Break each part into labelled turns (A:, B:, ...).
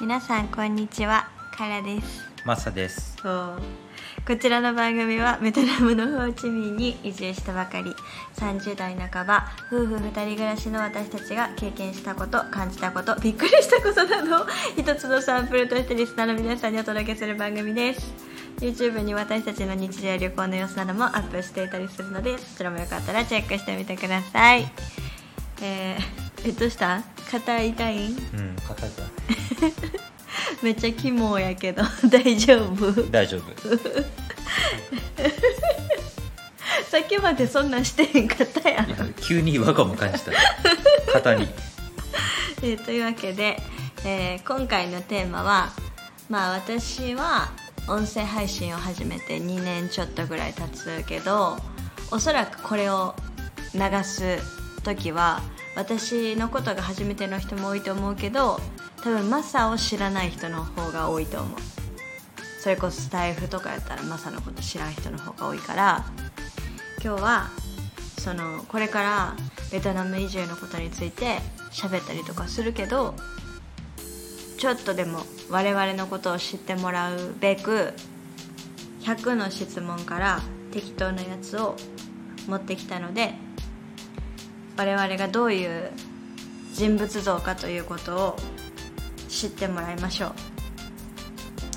A: 皆さんこんにちはカラです
B: マサです
A: そうこちらの番組はベトナムのホーチミンに移住したばかり30代半ば夫婦2人暮らしの私たちが経験したこと感じたことびっくりしたことなどを一つのサンプルとしてリスナーの皆さんにお届けする番組です YouTube に私たちの日常や旅行の様子などもアップしていたりするのでそちらもよかったらチェックしてみてくださいえー、えどうした肩痛い
B: うん硬くは
A: めっちゃキモやけど 大丈夫
B: 大丈夫
A: さっきまでそんなんしてへんかったやん
B: いや急に違和感も感じ た肩に
A: えーというわけで、えー今回のテーマはまあ私は音声配信を始めて2年ちょっとぐらい経つけどおそらくこれを流す時は私のことが初めての人も多いと思うけど多分マサを知らない人の方が多いと思うそれこそスタイフとかやったらマサのこと知らん人の方が多いから今日はそのこれからベトナム移住のことについて喋ったりとかするけどちょっとでも我々のことを知ってもらうべく100の質問から適当なやつを持ってきたので我々がどういう人物像かということを知ってもらいましょ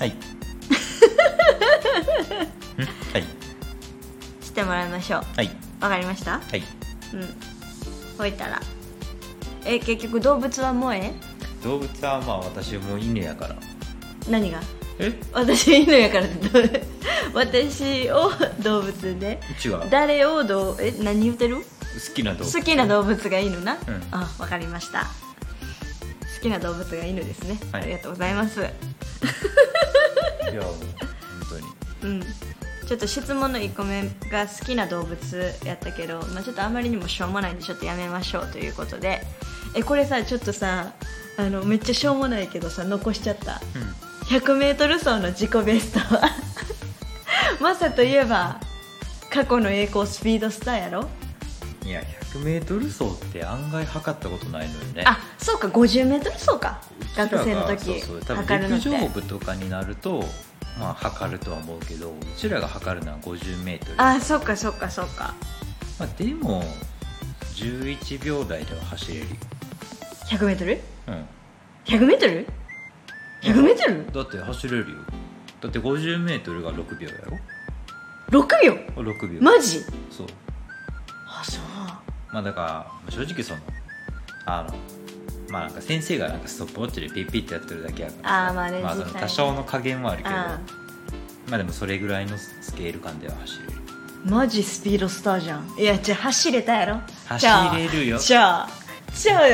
A: う
B: はい んはい
A: 知ってもらいましょう
B: はい
A: わかりました
B: はい
A: うんほいたらえ結局動物は萌え
B: 動物はまあ私も犬やから
A: 何が
B: え
A: 私犬やからってどう私を動物で
B: うちは好
A: 誰をどうえ何言ってる
B: きな動物
A: 好きな動物が犬な、
B: うん
A: あわかりました好きな動物が犬ですね、
B: はい
A: ありがとうございます
B: いやもう本当
A: う
B: に
A: んちょっと質問の1個目が好きな動物やったけど、まあ、ちょっとあまりにもしょうもないんでちょっとやめましょうということでえこれさちょっとさあのめっちゃしょうもないけどさ残しちゃった
B: うん
A: 100メートル走の自己ベストは マサといえば過去の栄光スピードスターやろ
B: いや 100m 走って案外測ったことないのにね
A: あそうか50メートル走か学生の時
B: うちらがそうそう多分
A: 測るのっ
B: 陸上
A: て
B: 部とかになるとまあ測るとは思うけどうちらが測るのは 50m
A: あそうかそうかそうか
B: まあ、でも11秒台では走れるよ、
A: 100メートル
B: うん、
A: 100メートル100メートル
B: だって走れるよだって 50m が6秒やろ
A: 6秒
B: あ6秒、
A: マジ
B: そう
A: あそう
B: まあだからまあ正直そのあのまあなんか先生がなんかストップウォッチでピッピッってやってるだけやからさ
A: あーまあね
B: まあ、そ
A: 実
B: の
A: 際
B: 多少の加減はあるけど
A: あ
B: まあでもそれぐらいのスケール感では走れる
A: マジスピードスターじゃんいやじゃあ走れたやろ
B: 走れるよ
A: じゃあじゃあ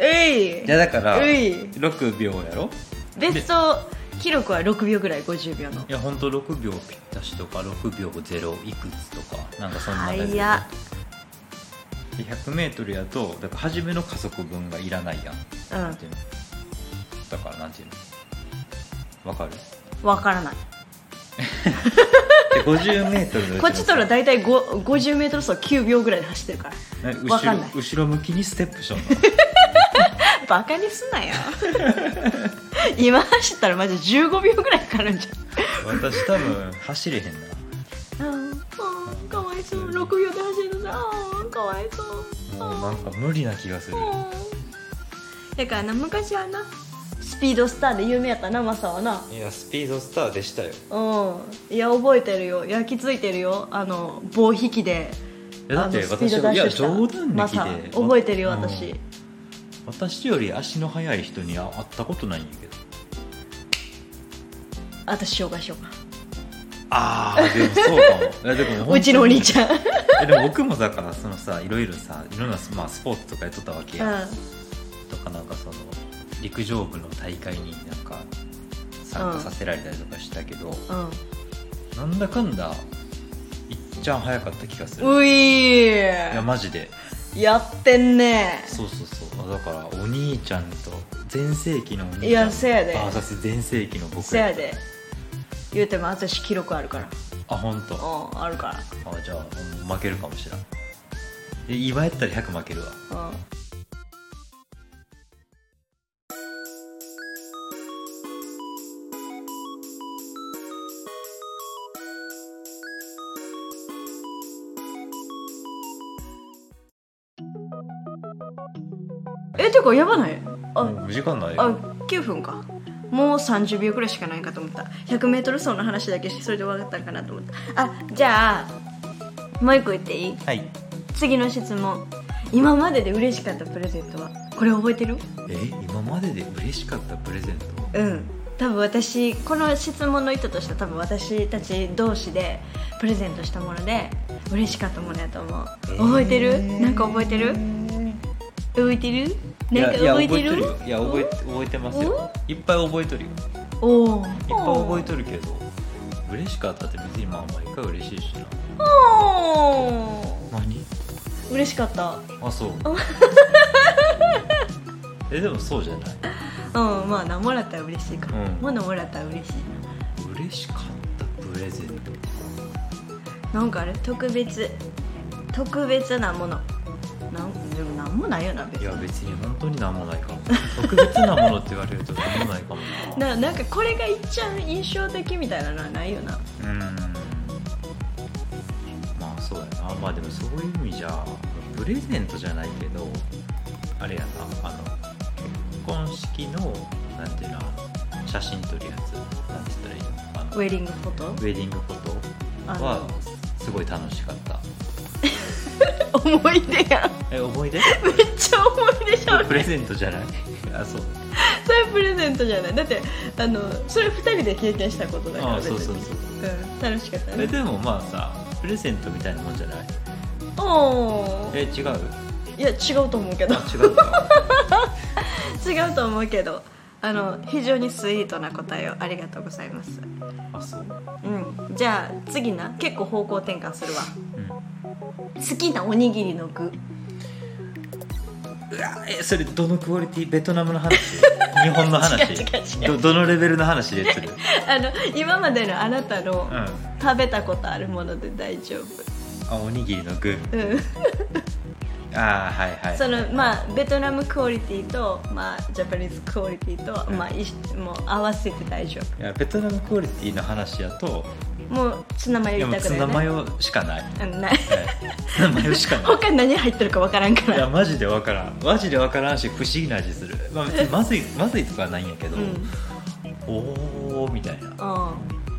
A: えい
B: いやだから
A: うい
B: 6秒やろ
A: ベスト記録は6秒ぐらい50秒の
B: いやほんと6秒ぴったしとか6秒0いくつとかなんかそんなレベルで
A: 早っ
B: で 100m やとだから初めの加速分がいらないやん、なんていうのだからなんていうのわかる
A: うんわからない
B: で 50m の
A: こっちとら
B: だ
A: 大体5 50メートル走9秒ぐらいで走ってる からわ
B: 後
A: か
B: ろ
A: んない
B: 後ろ向きにステップしょんの
A: バカにすなよ 今走ったらマジ15秒ぐらいかかるんじ
B: 私多分走れへんな
A: ゃんあーかわいそう6秒で走るのさあーかわいそう
B: もうなんか無理な気がする
A: あーだからな昔はなスピードスターで有名やったなマサはない
B: やスピードスターでしたよ
A: うんいや覚えてるよ焼き付いてるよあの棒引きで
B: えだって
A: あのスピー
B: 私
A: ド
B: はい
A: ダッ
B: や
A: シュした
B: 冗談
A: マ
B: 抜き
A: サ
B: で
A: 覚えてるよ
B: うん
A: 私、
B: 私より足の速い人には会ったことないんやけど
A: 私紹介しようか
B: ああでもそうかもいやでも本当に
A: うちのお兄ちゃん、うん、
B: えでも僕もだからそのさいろいろさいろんな、まあ、スポーツとかやっとったわけや、とかなんかその陸上部の大会になんか参加させられたりとかしたけど、なんだかんだいっちゃん早かった気がする、
A: うん、
B: いう
A: い
B: やマジで
A: やってんね
B: そうそうそうだからお兄ちゃんと全盛期のお兄
A: い
B: ちゃん
A: やせやで
B: VS 全盛期の僕
A: せやで言うても私記録あるから
B: あ本当。
A: うんあるか
B: あじゃあうん負けるかもしれんえ今やったら100負けるわ
A: らうんえてかやばないあ
B: もう時間ない
A: あ
B: よ
A: 9分かもう30秒くらいしかないかと思った 100m 走の話だけしてそれで終わったんかなと思ったあじゃあもう一個言っていい
B: はい
A: 次の質問今までで嬉しかったプレゼントはこれ覚えてる
B: え今までで嬉しかったプレゼント
A: うん多分私この質問の意図としては多分私たち同士でプレゼントしたもので嬉しかったものやと思う覚えてる、なんか覚えてる覚えてる
B: い
A: なんか
B: やいや
A: 覚
B: 覚
A: え
B: えて
A: て
B: る
A: る
B: よいや覚えて覚えてますよいっぱい覚えてるよいっ
A: おおいっ
B: ぱい覚えてるけど嬉しかったって別にまあ毎回嬉しいしな
A: おー
B: 何
A: 嬉しかった
B: あそう えでもそうじゃない
A: うんまあなもらったら嬉しいから、
B: うん
A: 物もらったら嬉しい
B: 嬉しかったプレゼント
A: なんかあれ特別特別なものなんでもなんもないよな別
B: い
A: に
B: や別に本当に何もない かも特別なものって言われると何もないかもな
A: ななんかこれが一番印象的みたいなのはないよな
B: うんまあそうやなまあでもそういう意味じゃプレゼントじゃないけどあれやなあの結婚式のなんていうの写真撮るやつなんて言ったらいいのあの
A: ウェディングフォト
B: ウェディングフォ
A: あ
B: トはすごい楽しかった
A: の思い出やん
B: え思い 出
A: めっちゃ思い出じゃん
B: プレゼントじゃない あそう
A: それプレゼントじゃないだってあのそれ2人で経験したことだから
B: あそうそうそう
A: 別にうん、楽しかった
B: え
A: ね
B: でもまあさプレゼントみたいなもんじゃない
A: おー
B: え違う
A: いや違うと思うけど
B: あ違うか
A: 違うと思うけどあの非常にスイートな答えをありがとうございます
B: あそう、
A: うんじゃあ次な結構方向転換するわ
B: うん、
A: 好きなおにぎりの具
B: うわえそれどのクオリティベトナムの 話日本の話
A: 違う違う違
B: どどのレベルの話で言って る、
A: あの今までのあなたの
B: うん、あ
A: 食べたことあるもので大丈
B: おにぎりの具
A: 夫うん
B: ああはいはい
A: そのまあベトナムクオリティとまあジャパニーズクオリティと
B: うん
A: まあいしもう合わせて大丈
B: いやベトナムクオリティの話やと
A: 夫もうツナマヨ
B: いや
A: 言い
B: もう
A: たく
B: ツ
A: ない
B: ナ
A: よ
B: マ
A: ね
B: ヨしかない、はい、
A: うんない
B: ツナマヨしかない
A: 他に何入ってるかわからんか
B: いや
A: ら
B: マジでわからんマジでわからんし不思議な味する、まあ、別にまずいまずいとかはないんやけど、
A: うん
B: おーみたいな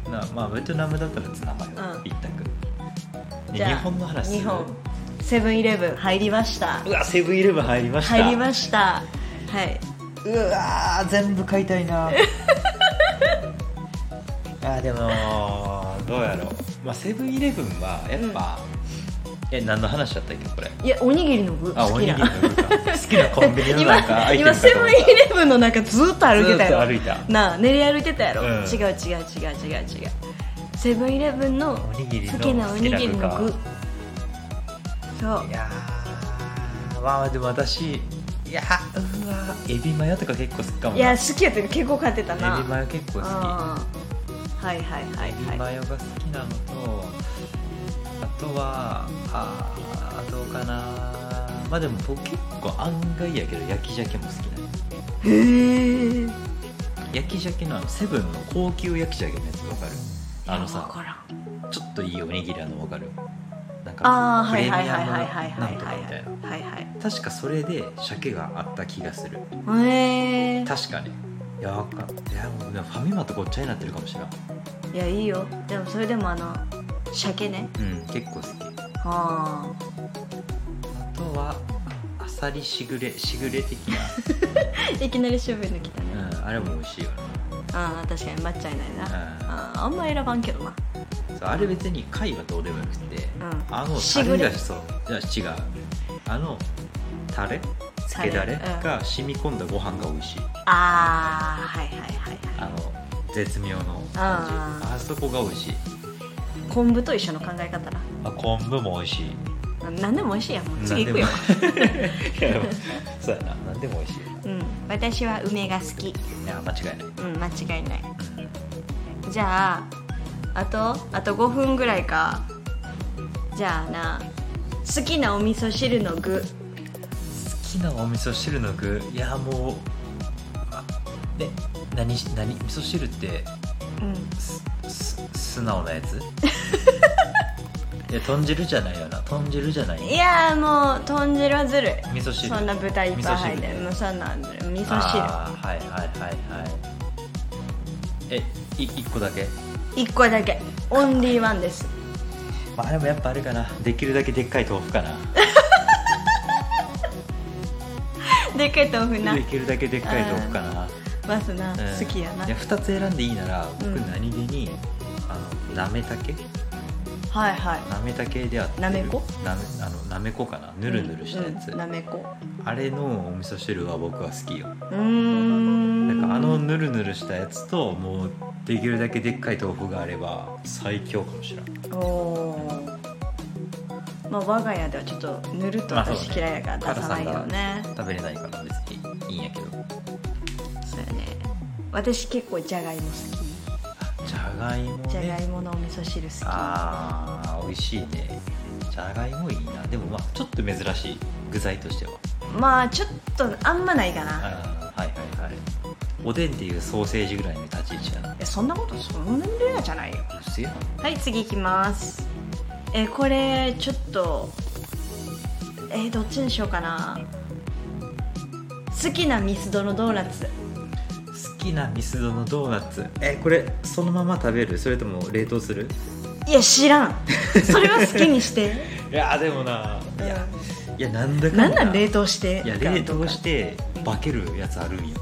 A: う
B: なまあベトナムだったらツナマヨ、
A: うん
B: 一択
A: ん
B: で日本の話する
A: 日本セブンイレブン入りました
B: うわセブンイレブン入りました
A: 入りましたはいう
B: わー全部買いたい なあーでもどうやろうまあセブンイレブンはやっぱ、え何の話だったっけこれ
A: いやおにぎりの具
B: あお
A: 好
B: に
A: き
B: ぎり
A: な
B: の具か好きなコンビニのなんかア
A: 今
B: イテ
A: 今セ
B: ムかと思
A: ブ
B: っ
A: ンイ
B: た
A: レブンの中ずっと歩いてた
B: ずーっ
A: よ
B: と歩いた
A: なあ練り歩いてたやろ、
B: う
A: 違う違
B: ん
A: う違う違う違うセブンイレブンの
B: おにぎりの
A: 好きなおにぎりの
B: 好きな
A: 具
B: 具か
A: そう
B: いやーまあでも私いやうわーエビマヨとか結構好きかも
A: い
B: な
A: や
B: エ
A: 好きやったけど結構買ってた
B: ビ
A: な
B: マヨ結構好
A: あーはいはいは
B: きエビ
A: いは
B: マ
A: い
B: ヨが好きなのとあとはあーどうかなまあでも僕結構案外やけど焼き鮭も好きな
A: へえ
B: 焼き鮭のあのセブンの高級焼き鮭のやつわかるあのさ
A: ら
B: ちょっといいおにぎりあのわかるなん
A: ああー
B: かプ
A: は
B: レ
A: い
B: ミ
A: はいは
B: ア
A: い
B: ム
A: はいはい
B: な
A: は
B: ん
A: い
B: とかみたいな
A: はいはい
B: 確かそれで鮭があった気がする
A: はいへえ
B: 確かにいやわかんいやもうねファミマとごっちゃになってるかもしれない
A: いやいいよでもそれでもあの鮭ね
B: うん結構好きあ
A: あ
B: とはあさりしぐれしぐれ的な、
A: あいきなり渋いの来たね、
B: うん、あれも美味しいよ
A: ああ確かに抹茶いないな、
B: な、
A: あああんま選ばんけどな
B: うん、そうあれ別に貝はどうでもよくて、
A: うん
B: あの
A: し
B: タ
A: ぐ
B: レ
A: れ
B: がそういや違うあのタレつけだれ
A: タレうん
B: が染み込んだご飯が美味しい
A: ああはいはいはいは
B: あ
A: い
B: の絶妙の感じ
A: あ
B: あそこが美味しい
A: 昆布と一緒の考え方な
B: あ昆布も美味しい
A: な何でも美味しいやんもう次行くよ
B: なんでも いやでもそうやな何でも美味しい
A: うん私は梅が好き
B: いや間違いない
A: うん間違いないじゃああとあと5分ぐらいかじゃあな好きなお味噌汁の具
B: 好きなお味噌汁の具いやもうあで何し何味噌汁って
A: うん
B: すす素直なやついいや豚汁じゃないよな豚汁じゃない
A: いやーもう豚汁はずるい
B: 味噌汁
A: そんな豚いっぱい入って
B: 味噌汁ね
A: るもうそんなんずるい味噌
B: あーはいはいはいはいえい一個だけ
A: 汁1個だけオンリーワンです
B: まあでもやっぱあれかなできるだけでっかい豆腐かな
A: でっかい豆腐な
B: できるだけでっかい豆腐かな、
A: バスな、
B: うん
A: 好きやない
B: や2つ選んでいいなら僕
A: うん
B: 何気に、あのなめたけ
A: はいはい
B: なめたけであってる
A: なめこ
B: なめあのなめこかなぬるぬるしたやつ、
A: うんなめこ
B: あれのお味噌汁は僕は好きよ
A: うーん
B: なんかあのぬるぬるしたやつともうできるだけでっかい豆腐があれば最強かもしれない
A: おーまあ我が家ではちょっとぬるっと
B: まあそうだね
A: 私嫌いやから出さないよね
B: 食べれないから別にいいんやけど
A: そうやね私結構じゃがいも好
B: じゃがいも
A: きじゃがい
B: ね
A: ものお味噌汁好き
B: あー美味しいねじゃがいもいいなでもまあちょっと珍しい具材としては
A: まあちょっとあんまないかな
B: あーはいはいはいおでんっていうソーセージぐらいの立ち位置だな
A: えそんなことその年齢じゃないよ
B: うっせえな
A: はい次いきますえこれちょっとえどっちにしようかな好きなミスドのドーナツ
B: 好きなミスドのドーナツえこれそのまま食べるそれとも冷凍する
A: いや知ら んそれは好きにして
B: いやでもな
A: う
B: い
A: ん
B: やいやなんだかん
A: な
B: だ
A: んなん冷凍して
B: いや冷凍して化けるやつあるんよ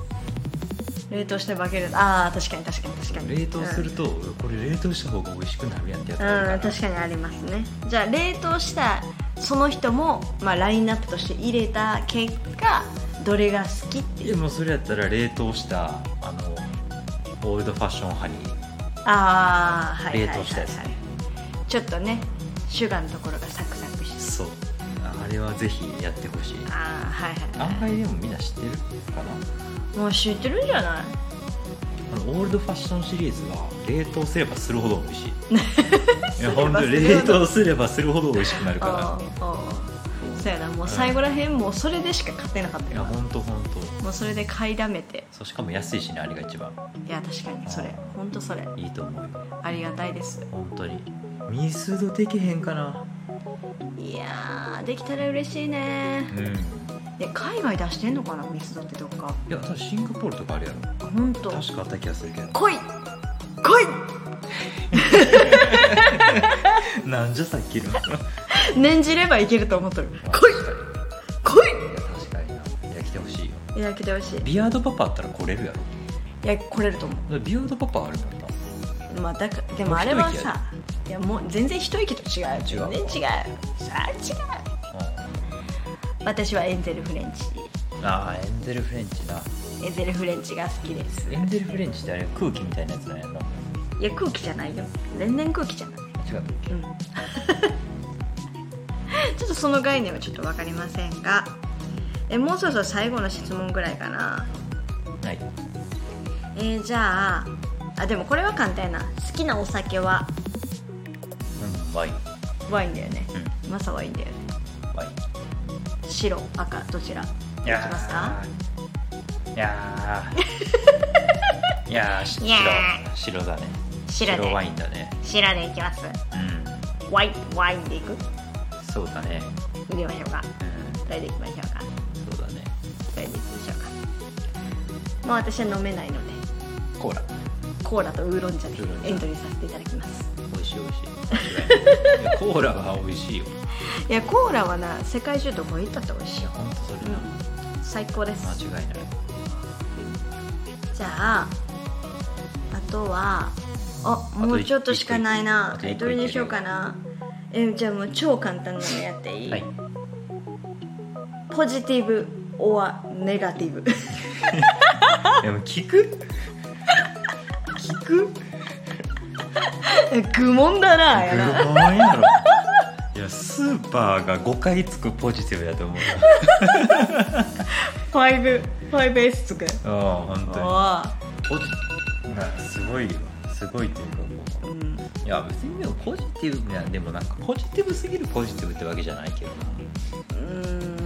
A: 冷凍して化けるああ確かに確かに確かに
B: 冷凍すると、これ冷凍した方が美味しくなるやんってやつ
A: うん、
B: あるから
A: うん確かにありますねじゃあ冷凍したその人も、まあ、ラインナップとして入れた結果どれが好きって
B: い
A: い
B: や
A: う
B: もうそれやったら冷凍したあのオールドファッションハニー
A: ああはいはいはい、
B: 冷凍し
A: は
B: たや
A: い
B: つ、
A: ちょっとねシュガーのところがサクサクして
B: そうあれはぜひやってほしい
A: ああはいはい
B: 案
A: はい
B: 外でもみんな知ってるかな
A: もう知ってるんじゃない
B: あのオールドファッションシリーズは冷凍すればするほど美味しい いや
A: すれ
B: 本
A: ば
B: 当
A: するほど
B: 冷凍すればするほど美味しくなる
A: あ
B: か
A: あそうやなもう最後らへんもうそれでしか買ってなかっ
B: ら
A: た
B: いや
A: よ
B: 本当本当
A: もうそれで買いだめて
B: そうしかも安いしねあれが一番
A: いや確かにそれ本当それ
B: いいと思うよ
A: ありがたいです
B: 本当にミスドできへんかない
A: やーできたら嬉しいね
B: うんい
A: で海外出してんのかなミスドってどっか
B: や多分シンガポールとかあるやろ
A: あほんと
B: 確かあった気がするけど
A: 来い来
B: なんじゃさっき のいや
A: い念じればいけると思っとる来い来
B: 確かにないや来てほしいよ
A: いいや来てほしい
B: ビアードパパあったら来れるやろ
A: いや来れると思
B: ビアードパパあるんだ
A: うまあだかでもあれは
B: もう一息や
A: さいやもう全然一息と違う
B: 違う
A: 全然違うさあ違う私はエンゼルフレンチ
B: ああエンゼルフレンチな
A: エンゼルフレンチが好きです
B: エンゼルフレンチってあれ空気みたいなやつなんやろ
A: いや空気じゃないよ全然空気じゃない
B: 違う
A: うんちょっとその概念はちょっと分かりませんがえもうそろそろ最後の質問ぐらいかな
B: はい
A: えーじゃああでもこれは簡単やな好きなお酒は
B: うんワイン
A: ワインだよね
B: う
A: マサワインだよね
B: ワイン
A: 白赤どちらい
B: い
A: き
B: やー
A: ますか
B: いやーいやーし
A: いや
B: 白白だね
A: 白で
B: ワインだね
A: 白でいきます
B: うん
A: ワインワインでいく
B: そうだね
A: 入れましょうか
B: うん
A: それでいきましょうか
B: そうだね
A: それでいきましょうかもう私は飲めないので
B: コーラ
A: コーラとウーロン茶で
B: ウーロン茶
A: エントリーさせていただきます
B: 美味しい 美味しいいやコーラは美味しいよ
A: いやコーラはな世界中どこ行ったって美味しい
B: いや
A: よ
B: ほんとそれな
A: 最高です
B: 間違いない
A: じゃああとはあもうちょっとしかないな
B: あと一個いける
A: どれにしようかなえじゃあもう超簡単なのやっていい、
B: はい
A: ポジティブ or ネガティブ
B: でも聞く聞く
A: 愚問だなやな
B: 愚問やろいやスーパーが5回つくポジティブやと 思う
A: 5ベースつく
B: なうん本
A: お
B: 当に
A: ー
B: ポジなすごいよすごいというかもう
A: うん
B: いや別にでもポジティブなでもなんかポジティブすぎるポジティブってわけじゃないけどな
A: う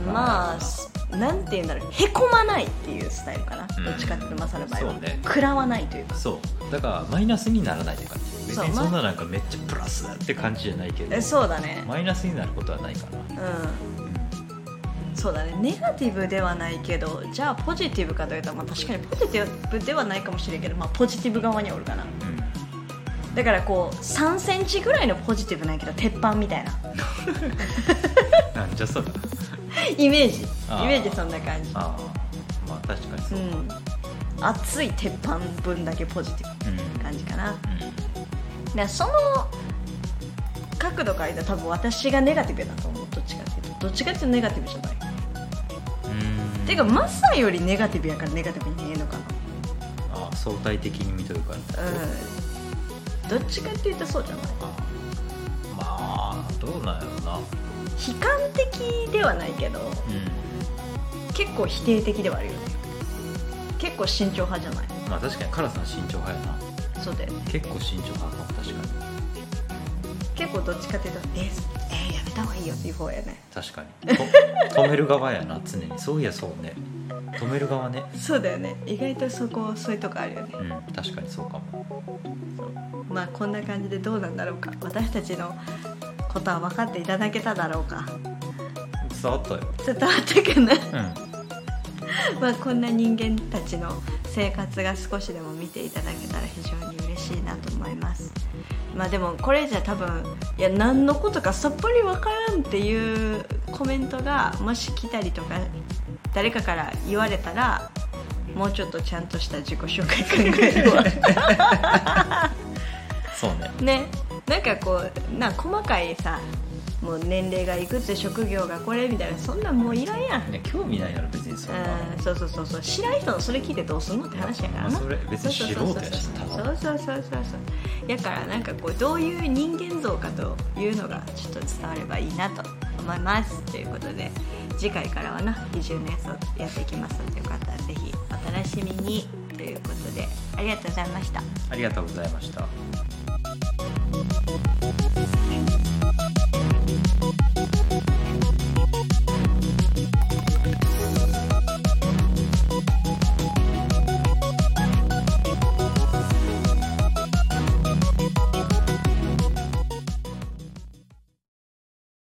A: んまあすなんて言うんだろうへこまないっていうスタイルかな、
B: うん
A: どっちかっていうとマサの場合は、
B: そうね
A: 食らわないというか
B: そうだからマイナスにならないって感じ別
A: そう
B: に
A: ま
B: そんななんかめっちゃプラスって感じじゃないけ
A: え
B: ど
A: そうだね
B: マイナスになることはないかな、
A: う
B: うん
A: んそうだねネガティブではないけどじゃあポジティブかというと、まあ、確かにポジティブではないかもしれんけど、まあ、ポジティブ側におるかなだからこう3センチぐらいのポジティブなんやけど鉄板みたいな
B: なんじゃそら
A: イメージイ
B: あー
A: メージそんな感じ
B: ああまあ確かにそう
A: う
B: か、
A: ん熱い鉄板分だけポジティブ
B: うん
A: って感じかな
B: う
A: でその角度から言うと多分私がネガティブだと思うどっちかっていうとどっちかっていうとネガティブじゃない
B: ん
A: ていうかマサよりネガティブやからネガティブに見えるのか
B: ああ相対的に見とるから
A: なうんどっちかっていうとそうじゃない
B: あまあどうなんやろな
A: 悲観的ではないけど
B: うん
A: 結構否定的ではあるよね結構慎重派じゃない
B: まあ確かにカラさん慎重派やな
A: そうだよね
B: 結構慎重派かも確かに
A: 結構どっちかっていうと「ええやめた方がいいよ」っていう方やね
B: 確 かにと止める側やな常にそういやそうね止める側ね
A: そうだよね意外とそこそういうとこあるよね
B: うん確かにそうかも
A: まあこんな感じでどうなんだろうか私たちのことは分かっていただけただろうか
B: 伝わったよ
A: 伝わったかな
B: う
A: まあこんな人間たちの生活が少しでも見ていただけたら非常に嬉しいなと思いますまあでもこれじゃ多分いや何のことかさっぱり分からんっていうコメントがもし来たりとか誰かから言われたらもうちょっとちゃんとした自己紹介考えるわ
B: そうね
A: ねなんかこうな細かいさもう年齢がいくつ職業がこれみたいなそんなんもういらんやん
B: ね興味ないなら別にそんな
A: うんそうそうそうそう知らん人のそれ聞いてどうすんのって話やから
B: ま
A: な
B: あそれ別に素人やしな
A: そうそうそうそうそうそうそうやからなんかこうどういう人間像かというのがちょっと伝わればいいなと思いますということで次回からはな移住のやつをやっていきますのでよかったらぜひお楽しみにということでありがとうございました
B: ありがとうございました